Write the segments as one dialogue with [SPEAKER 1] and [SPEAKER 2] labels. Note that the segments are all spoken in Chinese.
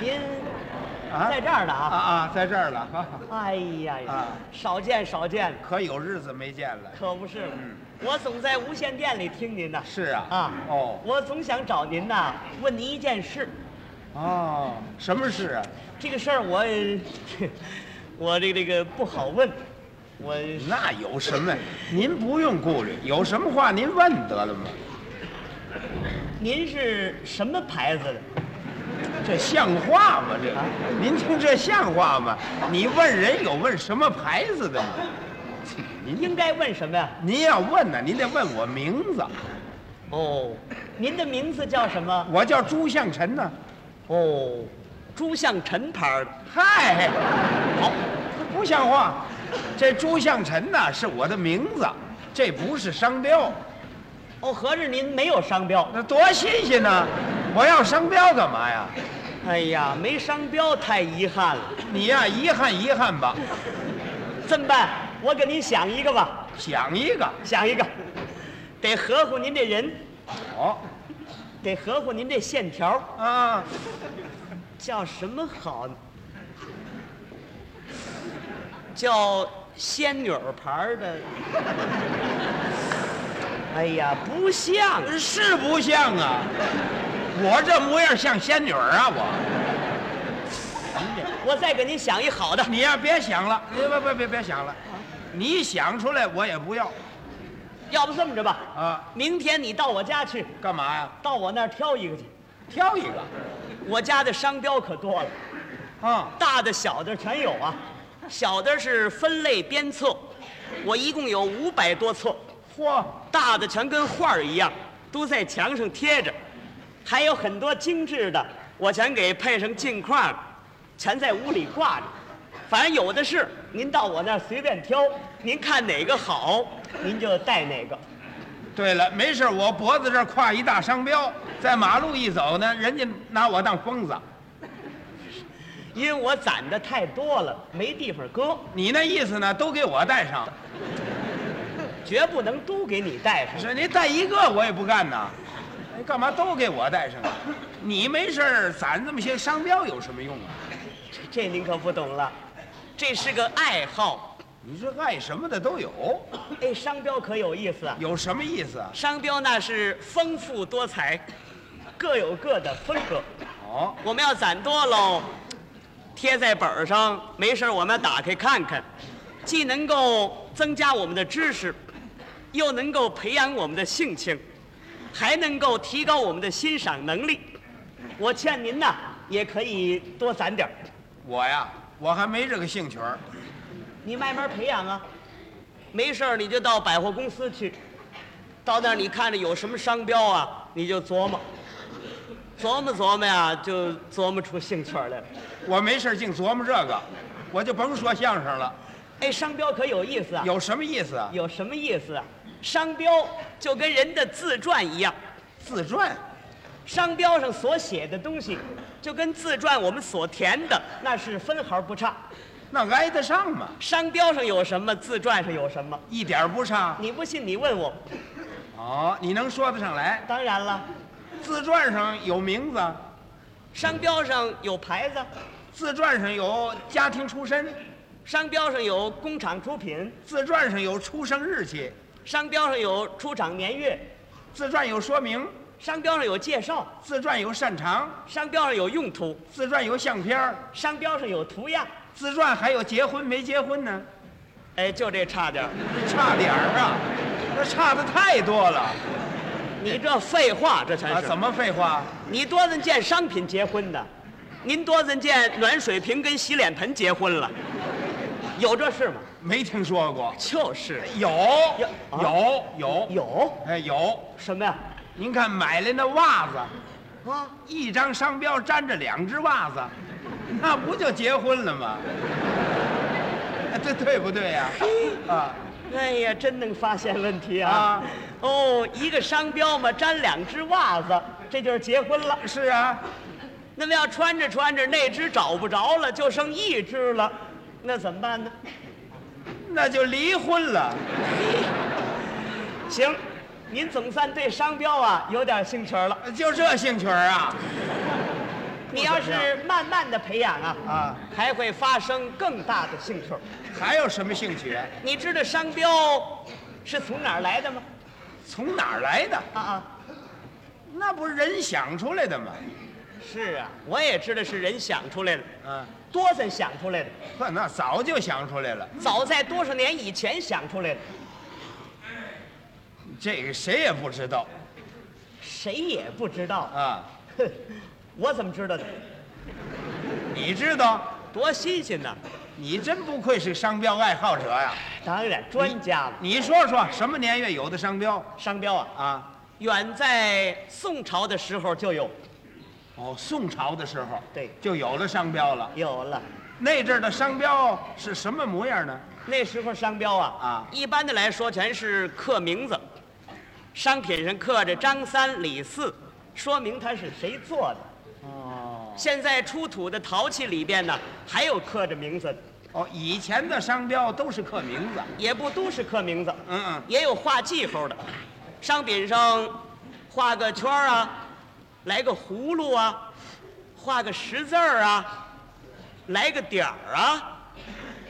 [SPEAKER 1] 您
[SPEAKER 2] 啊
[SPEAKER 1] 在这儿呢
[SPEAKER 2] 啊
[SPEAKER 1] 啊？
[SPEAKER 2] 啊，在这儿了啊，
[SPEAKER 1] 哎呀呀
[SPEAKER 2] 啊，
[SPEAKER 1] 少见少见，
[SPEAKER 2] 可有日子没见了。
[SPEAKER 1] 可不是嘛
[SPEAKER 2] 嗯。
[SPEAKER 1] 我总在无线电里听您呢。
[SPEAKER 2] 是啊，
[SPEAKER 1] 啊，
[SPEAKER 2] 哦，
[SPEAKER 1] 我总想找您呐，问您一件事。
[SPEAKER 2] 哦，什么事啊？
[SPEAKER 1] 这个事儿我， 我这个这个不好问，我
[SPEAKER 2] 那有什么？您不用顾虑，有什么话您问得了吗？
[SPEAKER 1] 您是什么牌子的？
[SPEAKER 2] 这像话吗？这个
[SPEAKER 1] 啊，
[SPEAKER 2] 您听这像话吗？你问人有问什么牌子的吗？您
[SPEAKER 1] 应该问什么呀？
[SPEAKER 2] 您要问呢，您得问我名字，
[SPEAKER 1] 哦，您的名字叫什么？
[SPEAKER 2] 我叫朱向臣呢。
[SPEAKER 1] 哦，朱向臣牌儿的。
[SPEAKER 2] 嗨，好，不像话。这朱向臣呐是我的名字，这不是商标，
[SPEAKER 1] 哦，合着您没有商标？
[SPEAKER 2] 那多新鲜呢！我要商标干嘛呀？
[SPEAKER 1] 哎呀，没商标太遗憾了。
[SPEAKER 2] 你呀、遗憾遗憾吧，
[SPEAKER 1] 这么办，我给您想一个吧，
[SPEAKER 2] 想一个。
[SPEAKER 1] 想一个，得合乎您这人，
[SPEAKER 2] 好
[SPEAKER 1] 得合乎您这线条，
[SPEAKER 2] 哦啊，
[SPEAKER 1] 叫什么好呢？叫仙女儿牌儿的。哎呀，不像，
[SPEAKER 2] 是不像啊！我这模样像仙女儿啊！我，
[SPEAKER 1] 我再给您想一好的。
[SPEAKER 2] 你呀、别想了，别别别别别想了，你想出来我也不要
[SPEAKER 1] 要不这么着吧，
[SPEAKER 2] 啊！
[SPEAKER 1] 明天你到我家去，
[SPEAKER 2] 干嘛呀？
[SPEAKER 1] 到我那儿挑一个去。
[SPEAKER 2] 挑一个
[SPEAKER 1] 我家的商标可多了，
[SPEAKER 2] 啊！
[SPEAKER 1] 大的小的全有啊。小的是分类编册，我一共有五百多册，
[SPEAKER 2] 嚯，
[SPEAKER 1] 大的全跟画儿一样，都在墙上贴着，还有很多精致的，我全给配上镜框，全在屋里挂着。反正有的是，您到我那儿随便挑，您看哪个好，您就带哪个。
[SPEAKER 2] 对了，没事儿，我脖子这儿挎一大商标，在马路一走呢，人家拿我当疯子。
[SPEAKER 1] 因为我攒的太多了，没地方搁，
[SPEAKER 2] 你那意思呢？都给我带上，
[SPEAKER 1] 绝不能都给你带上。
[SPEAKER 2] 是你带一个我也不干呐。哎，干嘛都给我带上啊？你没事儿攒这么些商标有什么用啊？
[SPEAKER 1] 这您可不懂了，这是个爱好。
[SPEAKER 2] 你这爱什么的都有，
[SPEAKER 1] 哎，商标可有意思啊！
[SPEAKER 2] 有什么意思啊？
[SPEAKER 1] 商标那是丰富多彩，各有各的风格。
[SPEAKER 2] 哦，
[SPEAKER 1] 我们要攒多喽，贴在本儿上，没事儿我们打开看看，既能够增加我们的知识，又能够培养我们的性情，还能够提高我们的欣赏能力。我劝您呐，也可以多攒点儿，
[SPEAKER 2] 我呀，我还没这个兴趣儿。
[SPEAKER 1] 你慢慢培养啊。没事儿你就到百货公司去，到那儿你看着有什么商标啊，你就琢磨，琢磨琢磨呀，就琢磨出兴趣儿来了。
[SPEAKER 2] 我没事儿净琢磨这个，我就甭说相声了。
[SPEAKER 1] 哎，商标可有意思啊！
[SPEAKER 2] 有什么意思啊？
[SPEAKER 1] 有什么意思啊？商标就跟人的自传一样，
[SPEAKER 2] 自传，
[SPEAKER 1] 商标上所写的东西，就跟自传我们所填的那是分毫不差。
[SPEAKER 2] 那挨得上吗？
[SPEAKER 1] 商标上有什么，自传上有什么？
[SPEAKER 2] 一点儿不差。
[SPEAKER 1] 你不信，你问我。
[SPEAKER 2] 哦，你能说得上来？
[SPEAKER 1] 当然了，
[SPEAKER 2] 自传上有名字，
[SPEAKER 1] 商标上有牌子，
[SPEAKER 2] 自传上有家庭出身，
[SPEAKER 1] 商标上有工厂出品，
[SPEAKER 2] 自传上有出生日期，
[SPEAKER 1] 商标上有出厂年月，
[SPEAKER 2] 自传有说明，
[SPEAKER 1] 商标上有介绍，
[SPEAKER 2] 自传有擅长，
[SPEAKER 1] 商标上有用途，
[SPEAKER 2] 自传有相片儿，
[SPEAKER 1] 商标上有图样。
[SPEAKER 2] 自传还有结婚没结婚呢，
[SPEAKER 1] 哎，就这差点儿
[SPEAKER 2] 差点儿啊，那差的太多了
[SPEAKER 1] 你这废话，这全
[SPEAKER 2] 啊！
[SPEAKER 1] 是。
[SPEAKER 2] 怎么废话？
[SPEAKER 1] 你多人见商品结婚的，您多人见暖水瓶跟洗脸盆结婚了，有这事吗？
[SPEAKER 2] 没听说过？
[SPEAKER 1] 就是
[SPEAKER 2] 有
[SPEAKER 1] 有啊
[SPEAKER 2] 有有
[SPEAKER 1] 有
[SPEAKER 2] 哎有，
[SPEAKER 1] 什么呀？
[SPEAKER 2] 您看买来那袜子，
[SPEAKER 1] 啊，
[SPEAKER 2] 一张商标粘着两只袜子，那不就结婚了吗？ 哎这对不对呀、啊？
[SPEAKER 1] 哎呀，真能发现问题啊！
[SPEAKER 2] 啊
[SPEAKER 1] 哦，一个商标嘛，粘两只袜子，这就是结婚了。
[SPEAKER 2] 是啊，
[SPEAKER 1] 那么要穿着穿着，那只找不着了，就剩一只了，那怎么办呢？
[SPEAKER 2] 那就离婚了。
[SPEAKER 1] 行，您总算对商标啊有点兴趣了。
[SPEAKER 2] 就这兴趣儿啊？
[SPEAKER 1] 你要是慢慢的培养啊，
[SPEAKER 2] 啊，
[SPEAKER 1] 还会发生更大的兴趣。
[SPEAKER 2] 还有什么兴趣？
[SPEAKER 1] 你知道商标是从哪儿来的吗？
[SPEAKER 2] 从哪儿来的？
[SPEAKER 1] 啊啊，
[SPEAKER 2] 那不是人想出来的吗？
[SPEAKER 1] 是啊，我也知道是人想出来的，
[SPEAKER 2] 啊，
[SPEAKER 1] 多森想出来的，
[SPEAKER 2] 呵，那早就想出来了。
[SPEAKER 1] 早在多少年以前想出来的，
[SPEAKER 2] 这个谁也不知道
[SPEAKER 1] 谁也不知道。
[SPEAKER 2] 啊，
[SPEAKER 1] 哼， 我怎么知道的？
[SPEAKER 2] 你知道？
[SPEAKER 1] 多新鲜呐！
[SPEAKER 2] 你真不愧是商标爱好者呀、
[SPEAKER 1] 当然，专家嘛，
[SPEAKER 2] 你说说什么年月有的商标
[SPEAKER 1] 商标啊，
[SPEAKER 2] 啊？
[SPEAKER 1] 远在宋朝的时候就有，
[SPEAKER 2] 哦，宋朝的时候
[SPEAKER 1] 对
[SPEAKER 2] 就有了商标了。
[SPEAKER 1] 有了。
[SPEAKER 2] 那阵儿的商标是什么模样呢？
[SPEAKER 1] 那时候商标啊，
[SPEAKER 2] 啊
[SPEAKER 1] 一般的来说全是刻名字，商品上刻着张三李四，说明它是谁做的。
[SPEAKER 2] 哦
[SPEAKER 1] 现在出土的陶器里边呢，还有刻着名字的，
[SPEAKER 2] 哦，以前的商标都是刻名字。
[SPEAKER 1] 也不都是刻名字，
[SPEAKER 2] 嗯嗯，
[SPEAKER 1] 也有画记号的，商品上画个圈儿啊，来个葫芦啊，画个十字儿啊，来个点儿啊，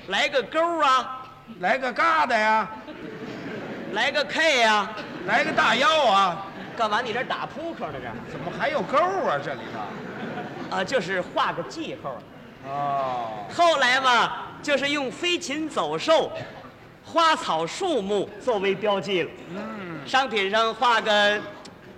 [SPEAKER 1] 来个勾儿啊，
[SPEAKER 2] 来个疙瘩呀，
[SPEAKER 1] 来个 K 啊，
[SPEAKER 2] 来个大腰啊，
[SPEAKER 1] 干嘛？你这打扑克呢？这
[SPEAKER 2] 怎么还有勾啊？这里头。
[SPEAKER 1] 啊，就是画个记号。
[SPEAKER 2] 哦，
[SPEAKER 1] 后来嘛，就是用飞禽走兽、花草树木作为标记了。商品上画个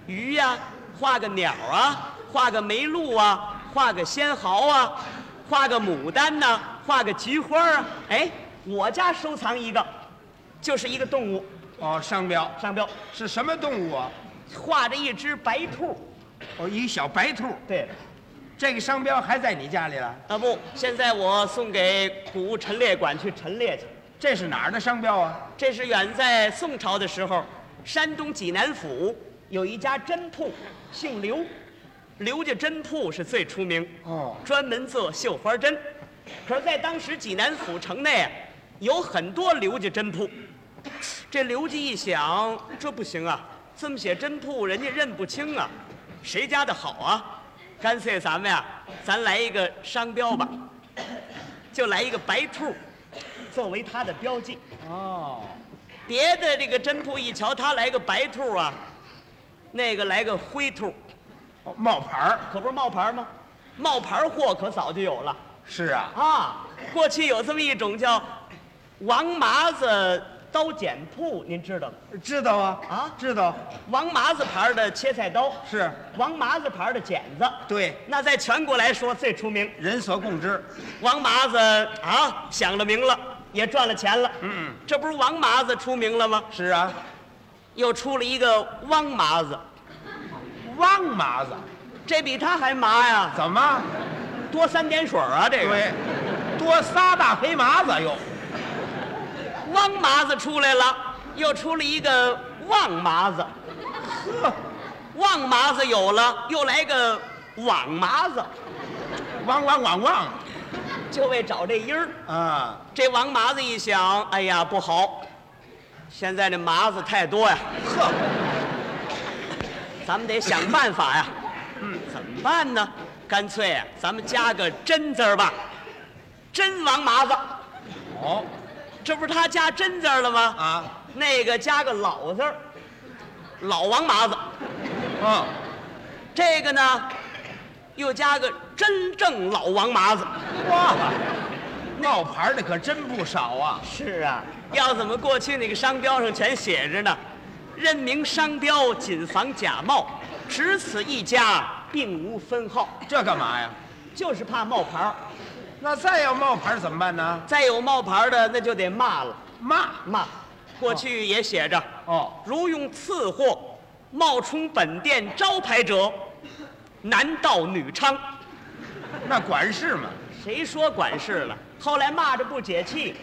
[SPEAKER 1] 鱼呀、画个鸟啊，画个梅鹿啊，画个仙毫啊，画个牡丹呐、画个菊花啊。哎，我家收藏一个，就是一个动物
[SPEAKER 2] 哦，商标
[SPEAKER 1] 商标，
[SPEAKER 2] 是什么动物啊？
[SPEAKER 1] 画着一只白兔。
[SPEAKER 2] 哦，一小白兔。
[SPEAKER 1] 对了，
[SPEAKER 2] 这个商标还在你家里了？
[SPEAKER 1] 啊不，现在我送给古物陈列馆去陈列去。
[SPEAKER 2] 这是哪儿的商标啊？
[SPEAKER 1] 这是远在宋朝的时候，山东济南府有一家针铺，姓刘，刘家针铺是最出名，
[SPEAKER 2] 哦，
[SPEAKER 1] 专门做绣花针。可是，在当时济南府城内啊，有很多刘家针铺。这刘家一想，这不行啊，这么写针铺，人家认不清啊，谁家的好啊？干脆咱们呀、咱来一个商标吧，就来一个白兔，作为它的标记。
[SPEAKER 2] 哦，
[SPEAKER 1] 别的这个针铺一瞧，他来个白兔啊，那个来个灰兔，
[SPEAKER 2] 哦冒牌儿
[SPEAKER 1] 可不是冒牌吗？冒牌货可早就有了
[SPEAKER 2] 是啊，
[SPEAKER 1] 啊！过去有这么一种叫“王麻子刀剪铺”，您知道吗？
[SPEAKER 2] 知道啊
[SPEAKER 1] 啊
[SPEAKER 2] 知道
[SPEAKER 1] 王麻子牌的切菜刀，
[SPEAKER 2] 是
[SPEAKER 1] 王麻子牌的剪子，
[SPEAKER 2] 对，
[SPEAKER 1] 那在全国来说最出名。
[SPEAKER 2] 人所共知。
[SPEAKER 1] 王麻子啊，响了名了，也赚了钱了。
[SPEAKER 2] 嗯，
[SPEAKER 1] 这不是王麻子出名了吗？
[SPEAKER 2] 是啊，
[SPEAKER 1] 又出了一个汪麻子。
[SPEAKER 2] 汪麻子
[SPEAKER 1] 这比他还麻呀，
[SPEAKER 2] 怎么？
[SPEAKER 1] 多三点水儿啊！这个
[SPEAKER 2] 对，多仨大黑麻子又
[SPEAKER 1] 汪麻子出来了，又出了一个旺麻子，
[SPEAKER 2] 呵，
[SPEAKER 1] 旺麻子有了，又来个网麻子，
[SPEAKER 2] 汪汪汪汪
[SPEAKER 1] 就为找这音儿。
[SPEAKER 2] 啊！
[SPEAKER 1] 这王麻子一想，哎呀，不好，现在这麻子太多呀，
[SPEAKER 2] 呵，
[SPEAKER 1] 咱们得想办法呀。嗯，怎么办呢？干脆啊，咱们加个真字儿吧，真王麻子，
[SPEAKER 2] 哦
[SPEAKER 1] 这不是他加真字儿了吗？
[SPEAKER 2] 啊，
[SPEAKER 1] 那个加个老字儿，老王麻子。
[SPEAKER 2] 嗯，
[SPEAKER 1] 这个呢，又加个真正老王麻子。
[SPEAKER 2] 哇，冒牌的可真不少啊！
[SPEAKER 1] 是啊，要怎么过去那个商标上全写着呢？任明商标，谨防假冒，只此一家，并无分号，
[SPEAKER 2] 这干嘛呀？
[SPEAKER 1] 就是怕冒牌儿。
[SPEAKER 2] 那再要冒牌怎么办呢？
[SPEAKER 1] 再有冒牌儿的，那就得骂了，
[SPEAKER 2] 骂
[SPEAKER 1] 骂。过去也写着，
[SPEAKER 2] 哦，
[SPEAKER 1] 如用次货冒充本店招牌者，男盗女娼。
[SPEAKER 2] 那管事嘛。
[SPEAKER 1] 谁说管事了？后来骂着不解气，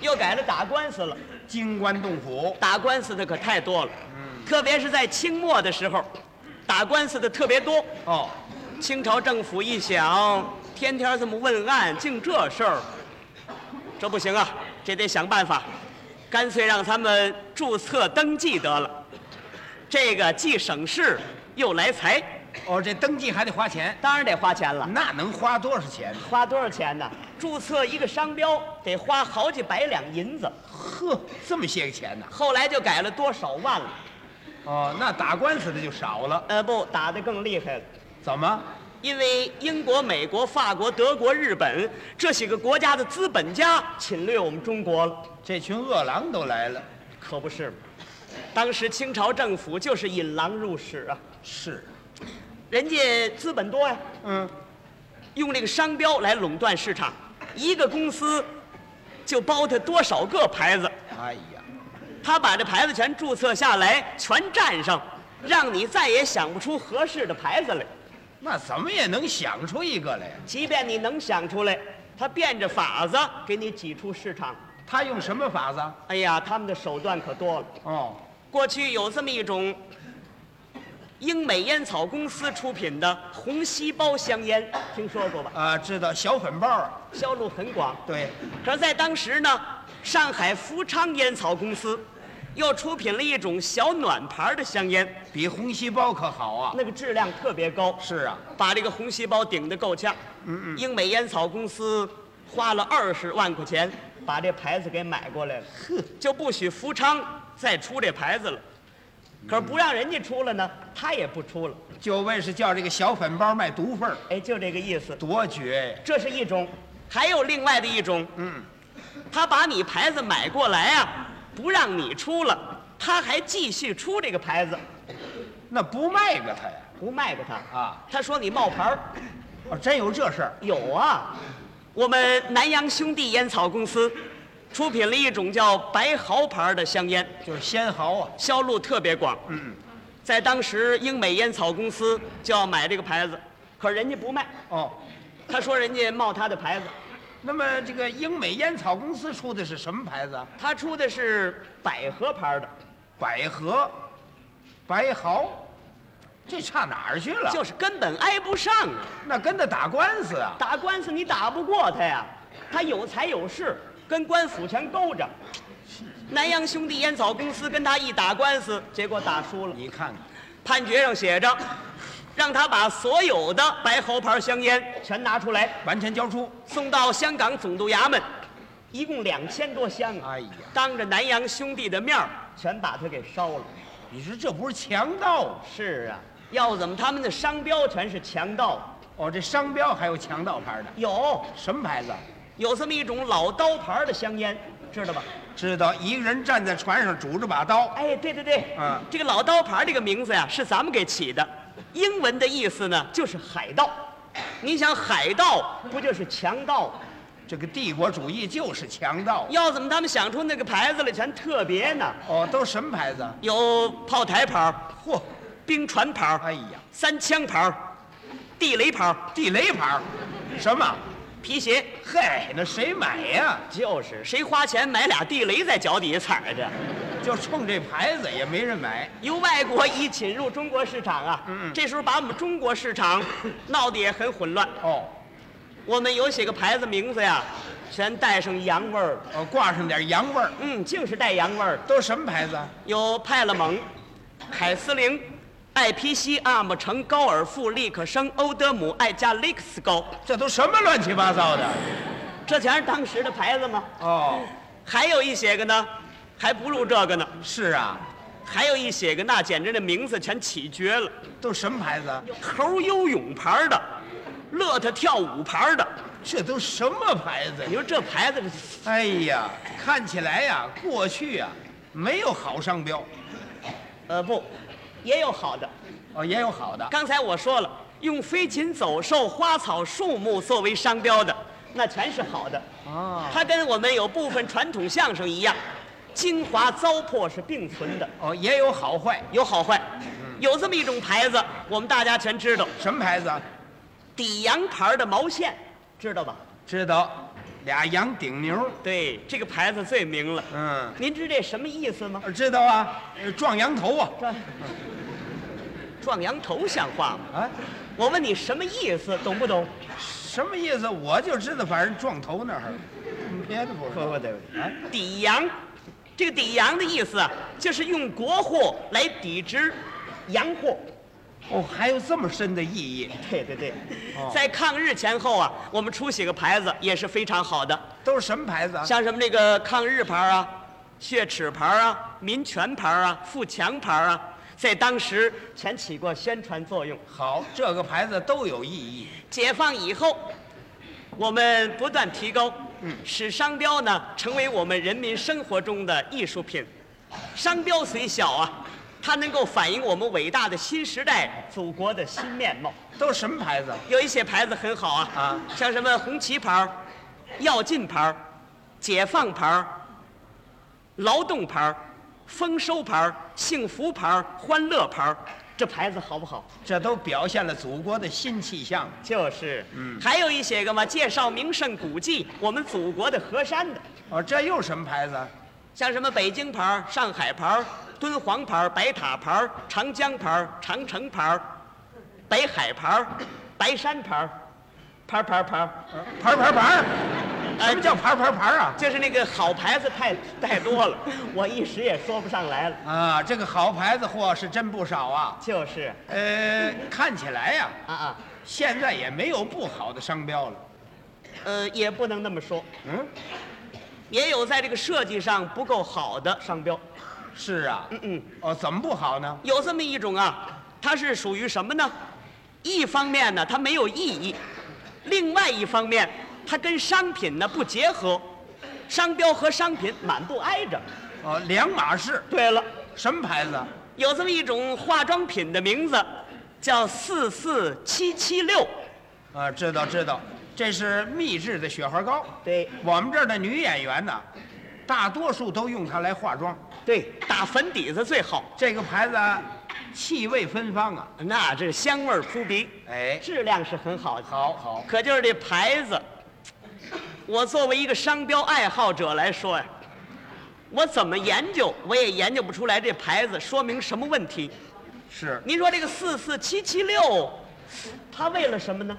[SPEAKER 1] 又改了打官司了。
[SPEAKER 2] 金关洞府
[SPEAKER 1] 打官司的可太多了，特别是在清末的时候，打官司的特别多。
[SPEAKER 2] 哦，
[SPEAKER 1] 清朝政府一想，天天这么问案，净这事儿，这不行啊，这得想办法，干脆让他们注册登记得了，这个既省事又来财。
[SPEAKER 2] 哦，这登记还得花钱，
[SPEAKER 1] 当然得花钱了，
[SPEAKER 2] 那能花多少钱？
[SPEAKER 1] 花多少钱呢？注册一个商标得花好几百两银子，
[SPEAKER 2] 呵，这么些个钱呐、
[SPEAKER 1] 后来就改了多少万了。
[SPEAKER 2] 哦，那打官司的就少了。
[SPEAKER 1] 呃，不，打得更厉害了。
[SPEAKER 2] 怎么？
[SPEAKER 1] 因为英国、美国、法国、德国、日本这几个国家的资本家侵略我们中国了，
[SPEAKER 2] 这群饿狼都来了？
[SPEAKER 1] 可不是吗？当时清朝政府就是引狼入室啊，
[SPEAKER 2] 是，
[SPEAKER 1] 人家资本多呀、
[SPEAKER 2] 嗯，
[SPEAKER 1] 用这个商标来垄断市场，一个公司就包它多少个牌子，
[SPEAKER 2] 哎呀，
[SPEAKER 1] 他把这牌子全注册下来，全占上，让你再也想不出合适的牌子来。
[SPEAKER 2] 那怎么也能想出一个来呀？
[SPEAKER 1] 即便你能想出来，他变着法子给你挤出市场。
[SPEAKER 2] 他用什么法子？
[SPEAKER 1] 哎呀，他们的手段可多了。
[SPEAKER 2] 哦，
[SPEAKER 1] 过去有这么一种英美烟草公司出品的红细胞香烟，听说过吧？
[SPEAKER 2] 啊，知道小粉包啊，
[SPEAKER 1] 销路很广。
[SPEAKER 2] 对，
[SPEAKER 1] 可是，在当时呢，上海福昌烟草公司又出品了一种小暖牌的香烟，
[SPEAKER 2] 比红细胞可好啊。
[SPEAKER 1] 那个质量特别高，
[SPEAKER 2] 是啊，
[SPEAKER 1] 把这个红细胞顶得够呛。嗯嗯。英美烟草公司花了二十万块钱把这牌子给买过来了，就不许福昌再出这牌子了。可是不让人家出了呢，他也不出了。
[SPEAKER 2] 就为是叫这个小粉包卖毒贩儿，
[SPEAKER 1] 哎，就这个意思。
[SPEAKER 2] 多绝呀！
[SPEAKER 1] 这是一种，还有另外的一种，
[SPEAKER 2] 嗯，
[SPEAKER 1] 他把你牌子买过来啊，不让你出了，他还继续出这个牌子，
[SPEAKER 2] 那不卖给他呀？
[SPEAKER 1] 不卖给他
[SPEAKER 2] 啊。
[SPEAKER 1] 他说你冒牌儿，
[SPEAKER 2] 哦，真有这事儿？
[SPEAKER 1] 有啊。我们南洋兄弟烟草公司出品了一种叫白毫牌的香烟，
[SPEAKER 2] 就是仙毫啊，
[SPEAKER 1] 销路特别广。
[SPEAKER 2] 嗯，
[SPEAKER 1] 在当时，英美烟草公司就要买这个牌子，可人家不卖，
[SPEAKER 2] 哦，
[SPEAKER 1] 他说人家冒他的牌子，
[SPEAKER 2] 那么这个英美烟草公司出的是什么牌子啊？
[SPEAKER 1] 他出的是百合牌的。
[SPEAKER 2] 百合、白毫，这差哪儿去了？
[SPEAKER 1] 就是根本挨不上啊！
[SPEAKER 2] 那跟他打官司啊？
[SPEAKER 1] 打官司你打不过他呀，他有财有势，跟官府全勾着。南洋兄弟烟草公司跟他一打官司，结果打输了，
[SPEAKER 2] 你看看，
[SPEAKER 1] 判决上写着，让他把所有的白猴牌香烟全拿出来，
[SPEAKER 2] 完全交出。
[SPEAKER 1] 送到香港总督衙门，一共两千多箱啊！
[SPEAKER 2] 哎呀，
[SPEAKER 1] 当着南洋兄弟的面儿，全把他给烧了。
[SPEAKER 2] 你说这不是强盗吗？
[SPEAKER 1] 是啊，要怎么他们的商标全是强盗？
[SPEAKER 2] 哦，这商标还有强盗牌的，
[SPEAKER 1] 有
[SPEAKER 2] 什么牌子？啊
[SPEAKER 1] 有这么一种老刀牌的香烟，知道吧？
[SPEAKER 2] 知道一个人站在船上拄着把刀，
[SPEAKER 1] 哎，对对对，
[SPEAKER 2] 嗯
[SPEAKER 1] 这个老刀牌这个名字呀、是咱们给起的，英文的意思呢就是海盗。你想海盗不就是强盗？
[SPEAKER 2] 这个帝国主义就是强盗。
[SPEAKER 1] 要怎么他们想出那个牌子来全特别呢？
[SPEAKER 2] 哦，都什么牌子？
[SPEAKER 1] 有炮台牌、
[SPEAKER 2] 嚯，
[SPEAKER 1] 冰船牌、
[SPEAKER 2] 哎呀，
[SPEAKER 1] 三枪牌、地雷牌、
[SPEAKER 2] 地雷牌，什么？
[SPEAKER 1] 皮鞋，
[SPEAKER 2] 嘿，那谁买呀？
[SPEAKER 1] 就是谁花钱买俩地雷在脚底下踩着。
[SPEAKER 2] 就冲这牌子也没人买。
[SPEAKER 1] 由外国一侵入中国市场啊，这时候把我们中国市场 闹得也很混乱。
[SPEAKER 2] 哦，
[SPEAKER 1] 我们有几个牌子名字呀，全带上洋味儿，
[SPEAKER 2] 哦，挂上点洋味儿，
[SPEAKER 1] 嗯，净是带洋味儿。
[SPEAKER 2] 都什么牌子？
[SPEAKER 1] 有派勒蒙、凯斯灵、艾皮西、阿姆城、高尔夫、利克生、欧德姆、爱加利克斯高，
[SPEAKER 2] 这都什么乱七八糟的？
[SPEAKER 1] 这全是当时的牌子吗？
[SPEAKER 2] 哦，
[SPEAKER 1] 还有一些个呢，还不如这个呢。
[SPEAKER 2] 是啊，
[SPEAKER 1] 还有一些个那简直那名字全起绝了，
[SPEAKER 2] 都什么牌子？
[SPEAKER 1] 猴游泳牌的，乐特跳舞牌的，
[SPEAKER 2] 这都什么牌子
[SPEAKER 1] 你？说这牌子
[SPEAKER 2] 哎呀，看起来呀、过去呀、没有好商标，
[SPEAKER 1] 呃不，也有好的。
[SPEAKER 2] 哦，也有好的。
[SPEAKER 1] 刚才我说了，用飞禽走兽、花草树木作为商标的，那全是好的。
[SPEAKER 2] 哦
[SPEAKER 1] 它跟我们有部分传统相声一样，精华糟粕是并存的，
[SPEAKER 2] 哦，也有好坏。
[SPEAKER 1] 有好坏。
[SPEAKER 2] 嗯
[SPEAKER 1] 有这么一种牌子，我们大家全知道，
[SPEAKER 2] 什么牌子？
[SPEAKER 1] 底洋牌的毛线，知道吧？
[SPEAKER 2] 知道，俩羊顶牛。
[SPEAKER 1] 对，这个牌子最明了。
[SPEAKER 2] 嗯，
[SPEAKER 1] 您知这什么意思吗？
[SPEAKER 2] 呃知道啊，呃撞羊头啊。
[SPEAKER 1] 这 壮阳头像话吗？
[SPEAKER 2] 啊，
[SPEAKER 1] 我问你什么意思，懂不懂？
[SPEAKER 2] 什么意思？我就知道，反正撞头那儿，嗯别的不知道。不对不对啊，
[SPEAKER 1] 抵洋，这个抵洋的意思啊，就是用国货来抵制洋货。
[SPEAKER 2] 哦，还有这么深的 意义，
[SPEAKER 1] 对对对
[SPEAKER 2] 哦，
[SPEAKER 1] 在抗日前后啊，我们出几个牌子也是非常好的，
[SPEAKER 2] 都是什么牌子啊？
[SPEAKER 1] 像什么这个抗日牌啊、血耻牌啊、民权牌啊、富强牌啊，在当时全起过宣传作用。
[SPEAKER 2] 好，这个牌子都有意义。
[SPEAKER 1] 解放以后，我们不断提高，使商标呢成为我们人民生活中的艺术品。商标虽小啊，它能够反映我们伟大的新时代祖国的新面貌。
[SPEAKER 2] 都是什么牌子？
[SPEAKER 1] 有一些牌子很好啊，
[SPEAKER 2] 啊
[SPEAKER 1] 像什么红旗牌儿、跃进牌儿、解放牌儿、劳动牌儿、丰收牌儿、幸福牌儿、欢乐牌儿，这牌子好不好？
[SPEAKER 2] 这都表现了祖国的新气象。
[SPEAKER 1] 就是，嗯，还有一些个嘛，介绍名胜古迹，我们祖国的河山的，
[SPEAKER 2] 哦，这又是什么牌子？
[SPEAKER 1] 像什么北京牌儿、上海牌儿、敦煌牌儿、白塔牌儿、长江牌儿、长城牌儿、北海牌儿、白山牌儿，牌儿牌儿牌儿，
[SPEAKER 2] 牌儿牌儿牌儿，
[SPEAKER 1] 哎
[SPEAKER 2] 什么叫牌儿牌儿牌儿啊？
[SPEAKER 1] 就是那个好牌子太太多了，我一时也说不上来了。
[SPEAKER 2] 啊，这个好牌子货是真不少啊。
[SPEAKER 1] 就是
[SPEAKER 2] 呃，看起来呀、
[SPEAKER 1] 啊啊，
[SPEAKER 2] 现在也没有不好的商标了。
[SPEAKER 1] 呃，也不能那么说，
[SPEAKER 2] 嗯，
[SPEAKER 1] 也有在这个设计上不够好的商标。
[SPEAKER 2] 是啊。
[SPEAKER 1] 嗯嗯。
[SPEAKER 2] 哦，怎么不好呢？
[SPEAKER 1] 有这么一种啊，它是属于什么呢？一方面呢，它没有意义；另外一方面，它跟商品呢不结合，商标和商品满不挨着。
[SPEAKER 2] 哦，两码事。
[SPEAKER 1] 对了，
[SPEAKER 2] 什么牌子？
[SPEAKER 1] 有这么一种化妆品的名字叫四四七七六，
[SPEAKER 2] 啊，知道知道，这是秘制的雪花膏。
[SPEAKER 1] 对
[SPEAKER 2] 我们这儿的女演员呢，大多数都用它来化妆。
[SPEAKER 1] 对，打粉底子最好，
[SPEAKER 2] 这个牌子气味芬芳啊，
[SPEAKER 1] 那这香味儿扑鼻，
[SPEAKER 2] 哎，
[SPEAKER 1] 质量是很好的。
[SPEAKER 2] 好好，
[SPEAKER 1] 可就是这牌子，我作为一个商标爱好者来说呀，我怎么研究我也研究不出来这牌子说明什么问题。
[SPEAKER 2] 是
[SPEAKER 1] 您说这个四四七七六，它为了什么呢？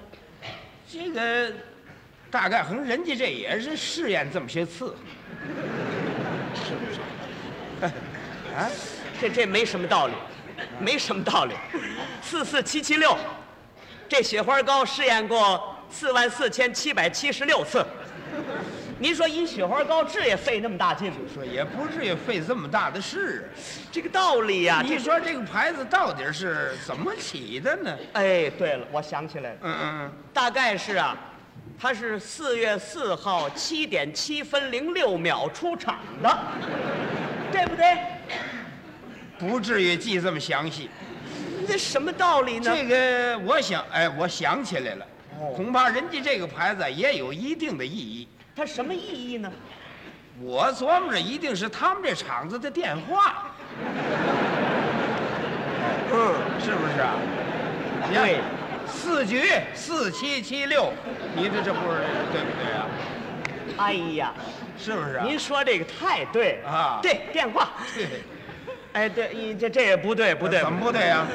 [SPEAKER 2] 这个，大概可能人家这也是试验这么些次，
[SPEAKER 1] 这这没什么道理，没什么道理。四四七七六，这雪花膏试验过四万四千七百七十六次。您说一雪花膏治也费那么大劲，
[SPEAKER 2] 说也不至于费这么大的事
[SPEAKER 1] 这个道理呀、
[SPEAKER 2] 啊。
[SPEAKER 1] 这
[SPEAKER 2] 你说这个牌子到底是怎么起的呢？
[SPEAKER 1] 哎，对了，我想起来了。
[SPEAKER 2] 嗯嗯
[SPEAKER 1] 大概是啊，他是四月四号七点七分零六秒出场的，对不对？
[SPEAKER 2] 嗯，不至于记这么详细。
[SPEAKER 1] 这什么道理呢？
[SPEAKER 2] 这个我想，哎，我想起来了，
[SPEAKER 1] 哦
[SPEAKER 2] 恐怕人家这个牌子也有一定的意义。
[SPEAKER 1] 它什么意义呢？
[SPEAKER 2] 我琢磨着一定是他们这厂子的电话，
[SPEAKER 1] 嗯，
[SPEAKER 2] 是不是啊？你看
[SPEAKER 1] 对，
[SPEAKER 2] 四局四七七六，你这这不是对不对啊？
[SPEAKER 1] 哎呀，
[SPEAKER 2] 是不是啊？
[SPEAKER 1] 您说这个太对了
[SPEAKER 2] 啊
[SPEAKER 1] 对，电话，
[SPEAKER 2] 对
[SPEAKER 1] 哎，对，你这这也不对，不对
[SPEAKER 2] 怎，么不对啊？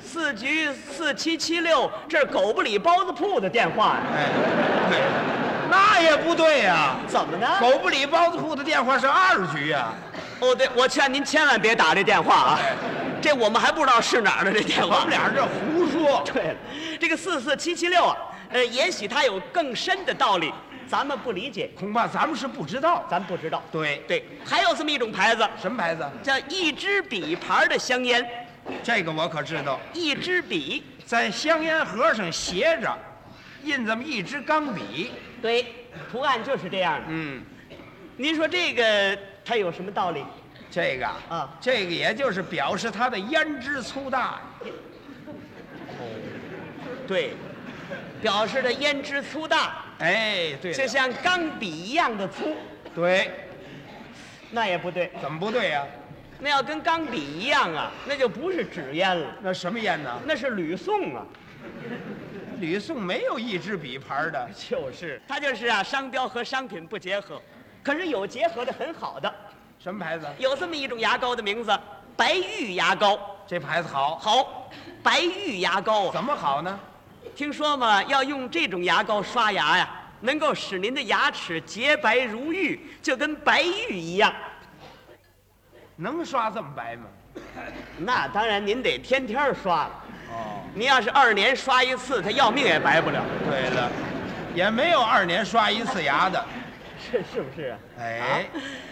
[SPEAKER 1] 四局四七七六，这是狗不理包子铺的电话呀、
[SPEAKER 2] 哎，对，那也不对呀、
[SPEAKER 1] 怎么呢？
[SPEAKER 2] 狗不理包子铺的电话是二局啊。
[SPEAKER 1] 哦，对，我劝您千万别打这电话啊
[SPEAKER 2] 哎，
[SPEAKER 1] 这我们还不知道是哪儿的这电
[SPEAKER 2] 我
[SPEAKER 1] 话
[SPEAKER 2] 们。俩这胡说，
[SPEAKER 1] 对了，这个四四七七六啊，呃，也许它有更深的道理，咱们不理解，
[SPEAKER 2] 恐怕咱们是不知道。
[SPEAKER 1] 咱不知道。
[SPEAKER 2] 对，
[SPEAKER 1] 对，还有这么一种牌子，
[SPEAKER 2] 什么牌子？
[SPEAKER 1] 叫一支笔牌的香烟，
[SPEAKER 2] 这个我可知道，
[SPEAKER 1] 一支笔。
[SPEAKER 2] 在香烟盒上斜着印这么一支钢笔。
[SPEAKER 1] 对，图案就是这样的。
[SPEAKER 2] 嗯，
[SPEAKER 1] 您说这个它有什么道理？
[SPEAKER 2] 这个
[SPEAKER 1] 啊
[SPEAKER 2] 这个也就是表示它的胭脂粗大呀。
[SPEAKER 1] 对，表示的胭脂粗大，
[SPEAKER 2] 哎，对了，
[SPEAKER 1] 就像钢笔一样的粗，
[SPEAKER 2] 对，
[SPEAKER 1] 那也不对，
[SPEAKER 2] 怎么不对呀、
[SPEAKER 1] 那要跟钢笔一样啊，那就不是纸烟了，
[SPEAKER 2] 那什么烟呢？
[SPEAKER 1] 那是吕宋啊。
[SPEAKER 2] 吕宋没有一支笔牌的，
[SPEAKER 1] 就是，它就是啊，商标和商品不结合，可是有结合的很好的，
[SPEAKER 2] 什么牌子？
[SPEAKER 1] 有这么一种牙膏的名字，白玉牙膏。
[SPEAKER 2] 这牌子好，
[SPEAKER 1] 好，白玉牙膏啊，
[SPEAKER 2] 怎么好呢？
[SPEAKER 1] 听说嘛，要用这种牙膏刷牙呀，能够使您的牙齿洁白如玉，就跟白玉一样。
[SPEAKER 2] 能刷这么白吗？
[SPEAKER 1] 那当然，您得天天刷了。
[SPEAKER 2] 哦，
[SPEAKER 1] 您要是二年刷一次，他要命也白不了。
[SPEAKER 2] 对了，也没有二年刷一次牙的。
[SPEAKER 1] 是是不是啊？
[SPEAKER 2] 哎，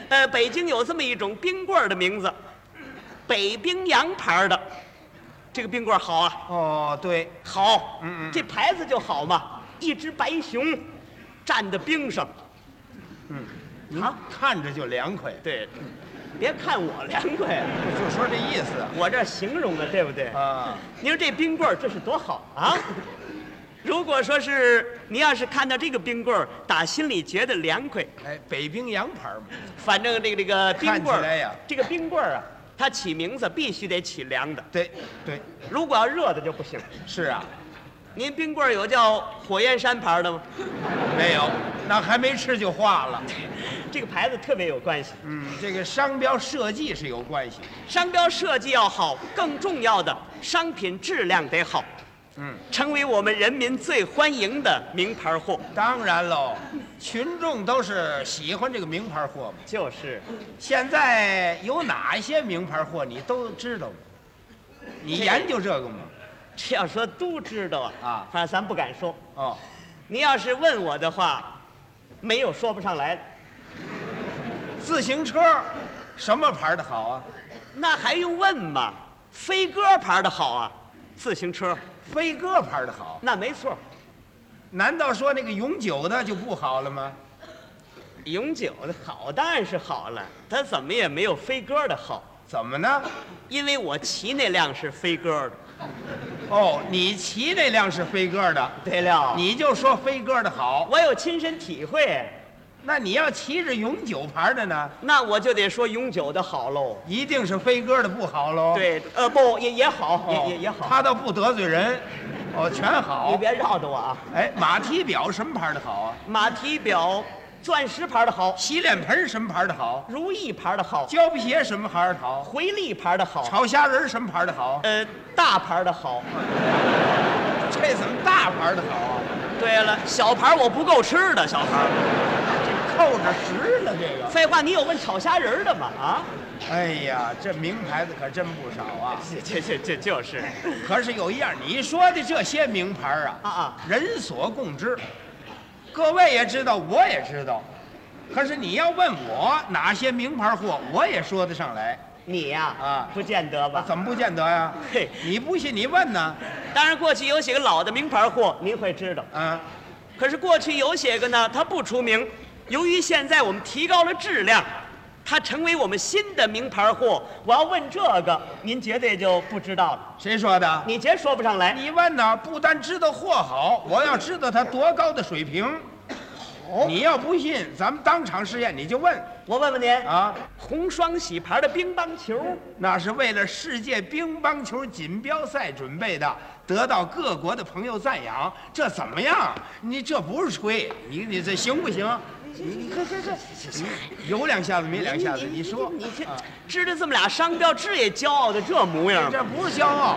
[SPEAKER 1] 呃，北京有这么一种冰棍儿的名字，北冰洋牌儿的，这个冰棍儿好啊，
[SPEAKER 2] 哦，对，
[SPEAKER 1] 好，
[SPEAKER 2] 嗯嗯
[SPEAKER 1] 这牌子就好嘛，一只白熊站在冰上，
[SPEAKER 2] 嗯您
[SPEAKER 1] 好
[SPEAKER 2] 看着就凉快，
[SPEAKER 1] 对， 别看我凉快，啊
[SPEAKER 2] 就说这意思
[SPEAKER 1] 我这形容的对不对？
[SPEAKER 2] 啊。
[SPEAKER 1] 您说这冰棍儿这是多好 啊！如果说是您要是看到这个冰棍儿，打心里觉得凉快，
[SPEAKER 2] 哎，北冰洋牌嘛，
[SPEAKER 1] 反正这个这个冰棍
[SPEAKER 2] 看起来呀
[SPEAKER 1] 儿，这个冰棍儿啊，它起名字必须得起凉的，
[SPEAKER 2] 对，对，
[SPEAKER 1] 如果要热的就不行。
[SPEAKER 2] 是啊，
[SPEAKER 1] 您冰棍儿有叫火焰山牌的吗？
[SPEAKER 2] 没有，那还没吃就化了。
[SPEAKER 1] 这个牌子特别有关系，
[SPEAKER 2] 嗯，这个商标设计是有关系。
[SPEAKER 1] 商标设计要好，更重要的商品质量得好，
[SPEAKER 2] 嗯，
[SPEAKER 1] 成为我们人民最欢迎的名牌货。
[SPEAKER 2] 当然喽，群众都是喜欢这个名牌货嘛。
[SPEAKER 1] 就是，
[SPEAKER 2] 现在有哪一些名牌货你都知道吗？你
[SPEAKER 1] 这个
[SPEAKER 2] 研究这个吗？
[SPEAKER 1] 这要说都知道啊，
[SPEAKER 2] 啊
[SPEAKER 1] 反正咱不敢说。
[SPEAKER 2] 哦，
[SPEAKER 1] 您要是问我的话，没有说不上来的。
[SPEAKER 2] 自行车，什么牌的好啊？
[SPEAKER 1] 那还用问吗？飞鸽牌的好啊，自行车
[SPEAKER 2] 飞鸽牌的好，
[SPEAKER 1] 那没错。
[SPEAKER 2] 难道说那个永久的就不好了吗？
[SPEAKER 1] 永久的好当然是好了，它怎么也没有飞鸽的好。
[SPEAKER 2] 怎么呢？
[SPEAKER 1] 因为我骑那辆是飞鸽的。
[SPEAKER 2] 哦，你骑那辆是飞鸽的，
[SPEAKER 1] 对了，
[SPEAKER 2] 你就说飞鸽的好。
[SPEAKER 1] 我有亲身体会，
[SPEAKER 2] 那你要骑着永久牌的呢，
[SPEAKER 1] 那我就得说永久的好喽。
[SPEAKER 2] 一定是飞鸽的不好喽。，
[SPEAKER 1] 对，呃，不也也好，
[SPEAKER 2] 哦
[SPEAKER 1] 也也也好。
[SPEAKER 2] 他倒不得罪人，哦，全
[SPEAKER 1] 你
[SPEAKER 2] 好。
[SPEAKER 1] 别绕着我啊！
[SPEAKER 2] 哎，马蹄表什么牌的好啊？
[SPEAKER 1] 马蹄表、钻石牌的好，
[SPEAKER 2] 洗脸盆什么牌的好？
[SPEAKER 1] 如意牌的好，
[SPEAKER 2] 胶皮鞋什么牌的好？
[SPEAKER 1] 回力牌的好，
[SPEAKER 2] 炒虾仁什么牌的好？
[SPEAKER 1] 呃，大牌的好。
[SPEAKER 2] 这怎么大牌的好啊？
[SPEAKER 1] 对了，小牌我不够吃的，小牌。
[SPEAKER 2] 扣着食了这个。
[SPEAKER 1] 废话，你有问炒虾仁儿的吗？啊，
[SPEAKER 2] 哎呀，这名牌子可真不少啊！
[SPEAKER 1] 这这这这就是，
[SPEAKER 2] 可是有一样，你说的这些名牌啊，
[SPEAKER 1] 啊啊
[SPEAKER 2] 人所共知，各位也知道，我也知道。可是你要问我哪些名牌货，我也说得上来，
[SPEAKER 1] 你呀、
[SPEAKER 2] 啊
[SPEAKER 1] 不见得吧？
[SPEAKER 2] 怎么不见得呀？
[SPEAKER 1] 嘿
[SPEAKER 2] 你不信你问呢？
[SPEAKER 1] 当然，过去有几个老的名牌货，您会知道。
[SPEAKER 2] 啊，
[SPEAKER 1] 可是过去有些个呢，它不出名，由于现在我们提高了质量，它成为我们新的名牌货。我要问这个，您绝对就不知道了，
[SPEAKER 2] 谁说的？
[SPEAKER 1] 你绝说不上来。
[SPEAKER 2] 你问呢？不单知道货好，我要知道它多高的水平。你要不信，咱们当场试验，你就问
[SPEAKER 1] 我问问您，
[SPEAKER 2] 啊。
[SPEAKER 1] 红双喜牌的乒乓球，
[SPEAKER 2] 那是为了世界乒乓球锦标赛准备的，得到各国的朋友赞扬，这怎么样？你这不是吹，你你这行不行？
[SPEAKER 1] 你这这这，
[SPEAKER 2] 有两下子没两下子，你说
[SPEAKER 1] 你这
[SPEAKER 2] 啊
[SPEAKER 1] 知道这么俩商标，这也骄傲的这模样吗？
[SPEAKER 2] 这不是骄傲，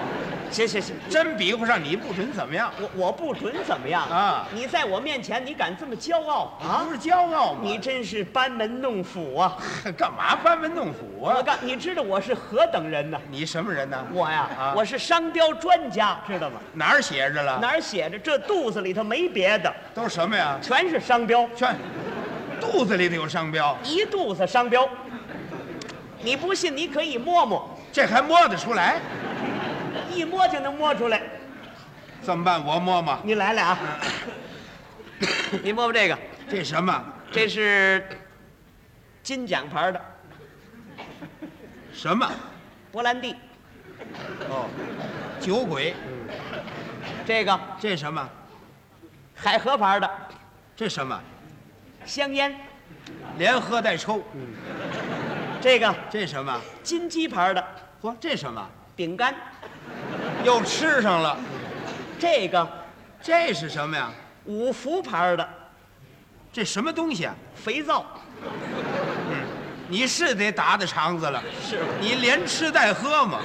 [SPEAKER 1] 行行行，
[SPEAKER 2] 真比不上你不准怎么样？
[SPEAKER 1] 我我不准怎么样
[SPEAKER 2] 啊
[SPEAKER 1] 你在我面前，你敢这么骄傲啊
[SPEAKER 2] 不？是骄傲吗？
[SPEAKER 1] 你真是班门弄斧啊！
[SPEAKER 2] 干嘛班门弄斧
[SPEAKER 1] 我
[SPEAKER 2] 啊？
[SPEAKER 1] 告你知道我是何等人呢？
[SPEAKER 2] 你什么人呢？
[SPEAKER 1] 我呀，
[SPEAKER 2] 啊
[SPEAKER 1] 我是商标专家，知道吗？
[SPEAKER 2] 哪儿写着了？
[SPEAKER 1] 哪儿写着这肚子里头没别的，
[SPEAKER 2] 都什么呀？
[SPEAKER 1] 全是商标，
[SPEAKER 2] 全肚子里头有商标，
[SPEAKER 1] 一肚子商标。你不信，你可以摸摸，
[SPEAKER 2] 这还摸得出来？
[SPEAKER 1] 一摸就能摸出来。
[SPEAKER 2] 怎么办？我摸摸，
[SPEAKER 1] 你来来 啊，你摸摸这个，
[SPEAKER 2] 这什么？
[SPEAKER 1] 这是金奖牌的
[SPEAKER 2] 什么？
[SPEAKER 1] 勃兰地，
[SPEAKER 2] 哦，酒鬼，
[SPEAKER 1] 这个
[SPEAKER 2] 这什么？
[SPEAKER 1] 海河牌的
[SPEAKER 2] 这什么？
[SPEAKER 1] 香烟，
[SPEAKER 2] 连喝带抽，
[SPEAKER 1] 这个
[SPEAKER 2] 这什么？
[SPEAKER 1] 金鸡牌的
[SPEAKER 2] 嚯，这什么？
[SPEAKER 1] 饼干，
[SPEAKER 2] 又吃上了，
[SPEAKER 1] 这个
[SPEAKER 2] 这是什么呀？
[SPEAKER 1] 五福牌的
[SPEAKER 2] 这什么东西啊？
[SPEAKER 1] 肥皂，
[SPEAKER 2] 你是得打打肠子了，
[SPEAKER 1] 是
[SPEAKER 2] 你连吃带喝嘛？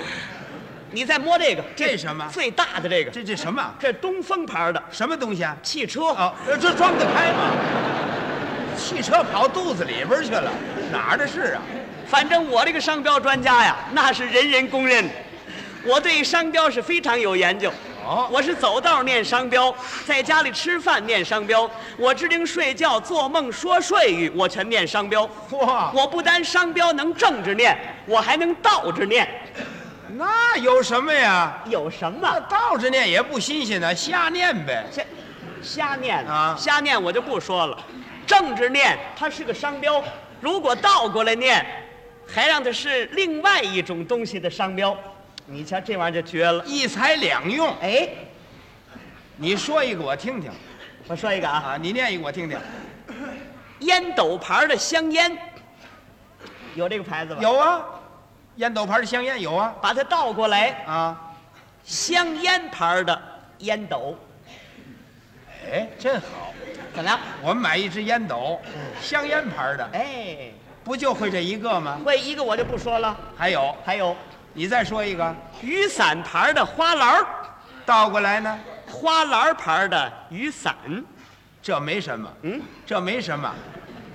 [SPEAKER 1] 你再摸这个，
[SPEAKER 2] 这什么？
[SPEAKER 1] 最大的这个，
[SPEAKER 2] 这这什么？
[SPEAKER 1] 这东风牌的
[SPEAKER 2] 什么东西啊？
[SPEAKER 1] 汽车，
[SPEAKER 2] 哦，呃这装得开吗？汽车跑肚子里边去了，哪儿的事啊？
[SPEAKER 1] 反正我这个商标专家呀，那是人人公认的。我对商标是非常有研究。
[SPEAKER 2] 哦
[SPEAKER 1] 我是走道念商标，在家里吃饭念商标，我支灵睡觉、做梦说睡语，我全念商标。
[SPEAKER 2] 哇
[SPEAKER 1] 我不单商标能正着念，我还能倒着念，
[SPEAKER 2] 那有什么呀？
[SPEAKER 1] 有什
[SPEAKER 2] 那
[SPEAKER 1] 么？
[SPEAKER 2] 倒着念也不新鲜呢，瞎念呗。
[SPEAKER 1] 瞎瞎念
[SPEAKER 2] 啊
[SPEAKER 1] 瞎念我就不说了。正着念它是个商标，如果倒过来念，还让它是另外一种东西的商标。你瞧这玩意儿就绝了。
[SPEAKER 2] 一材两用，
[SPEAKER 1] 哎，
[SPEAKER 2] 你说一个我听听
[SPEAKER 1] 我说一个啊，
[SPEAKER 2] 啊，你念一个我听听。
[SPEAKER 1] 烟斗牌的香烟，有这个牌子吧？，
[SPEAKER 2] 有啊，烟斗牌的香烟有啊
[SPEAKER 1] 把它倒过来，
[SPEAKER 2] 啊，
[SPEAKER 1] 香烟牌的烟斗，
[SPEAKER 2] 哎，真好，
[SPEAKER 1] 怎么样？
[SPEAKER 2] 我们买一支烟斗，香烟牌的，
[SPEAKER 1] 嗯哎，
[SPEAKER 2] 不就会这一个吗？
[SPEAKER 1] 会一个我就不说了，
[SPEAKER 2] 还有，
[SPEAKER 1] 还有
[SPEAKER 2] 你再说一个，
[SPEAKER 1] 雨伞牌的花篮儿
[SPEAKER 2] 倒过来呢，
[SPEAKER 1] 花篮儿牌的雨伞，
[SPEAKER 2] 这没什么，
[SPEAKER 1] 嗯，
[SPEAKER 2] 这没什么，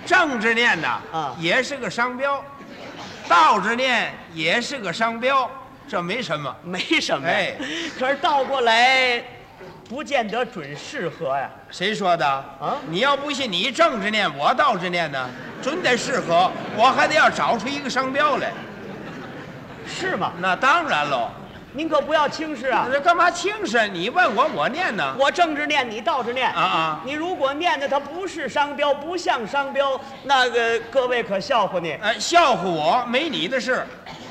[SPEAKER 2] 正着念呐，
[SPEAKER 1] 啊
[SPEAKER 2] 也是个商标，倒着念也是个商标，这没什么。
[SPEAKER 1] 没什么。
[SPEAKER 2] 哎，
[SPEAKER 1] 可是倒过来，不见得准适合呀、
[SPEAKER 2] 谁说的？
[SPEAKER 1] 啊
[SPEAKER 2] 你要不信，你正着念，我倒着念呢，准得适合，我还得要找出一个商标来。
[SPEAKER 1] 是吗？
[SPEAKER 2] 那当然喽，
[SPEAKER 1] 您可不要轻视啊！
[SPEAKER 2] 这干嘛轻声？你问我，我念呢。
[SPEAKER 1] 我正着念，你倒着念
[SPEAKER 2] 嗯啊啊
[SPEAKER 1] 你如果念的它不是商标，不像商标，那个各位可笑话你
[SPEAKER 2] 呃，笑话我没你的事，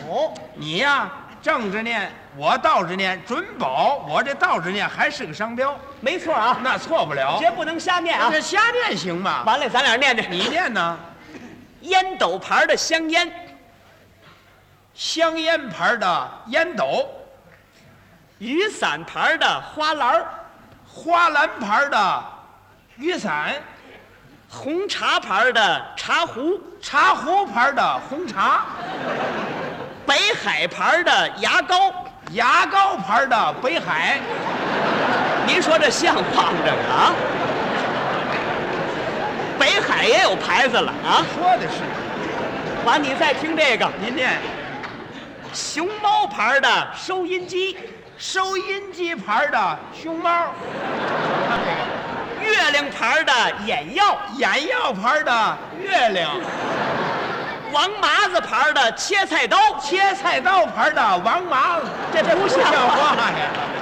[SPEAKER 1] 哦。
[SPEAKER 2] 你呀正着念，我倒着念，准保我这倒着念还是个商标，
[SPEAKER 1] 没错啊，
[SPEAKER 2] 那错不了。
[SPEAKER 1] 绝不能瞎念啊
[SPEAKER 2] 这！瞎念行吗？
[SPEAKER 1] 完了，咱俩念念
[SPEAKER 2] 你念呢？
[SPEAKER 1] 烟斗牌的香烟，
[SPEAKER 2] 香烟牌的烟斗，
[SPEAKER 1] 雨伞牌的花篮儿
[SPEAKER 2] 花篮牌的雨伞，
[SPEAKER 1] 红茶牌的茶壶，
[SPEAKER 2] 茶壶牌的红茶，
[SPEAKER 1] 北海牌的牙膏。
[SPEAKER 2] 牙膏牌的北海。
[SPEAKER 1] 您说这像话吗？这个啊？北海也有牌子了啊！
[SPEAKER 2] 说的是，
[SPEAKER 1] 完，你再听这个
[SPEAKER 2] 您念
[SPEAKER 1] 熊猫牌的收音机。
[SPEAKER 2] 收音机牌的熊猫，
[SPEAKER 1] 月亮牌的眼药，
[SPEAKER 2] 眼药牌的月亮。
[SPEAKER 1] 王麻子牌的切菜刀，
[SPEAKER 2] 切菜刀牌的王麻子，这这
[SPEAKER 1] 不
[SPEAKER 2] 不
[SPEAKER 1] 像
[SPEAKER 2] 像
[SPEAKER 1] 话
[SPEAKER 2] 话呀！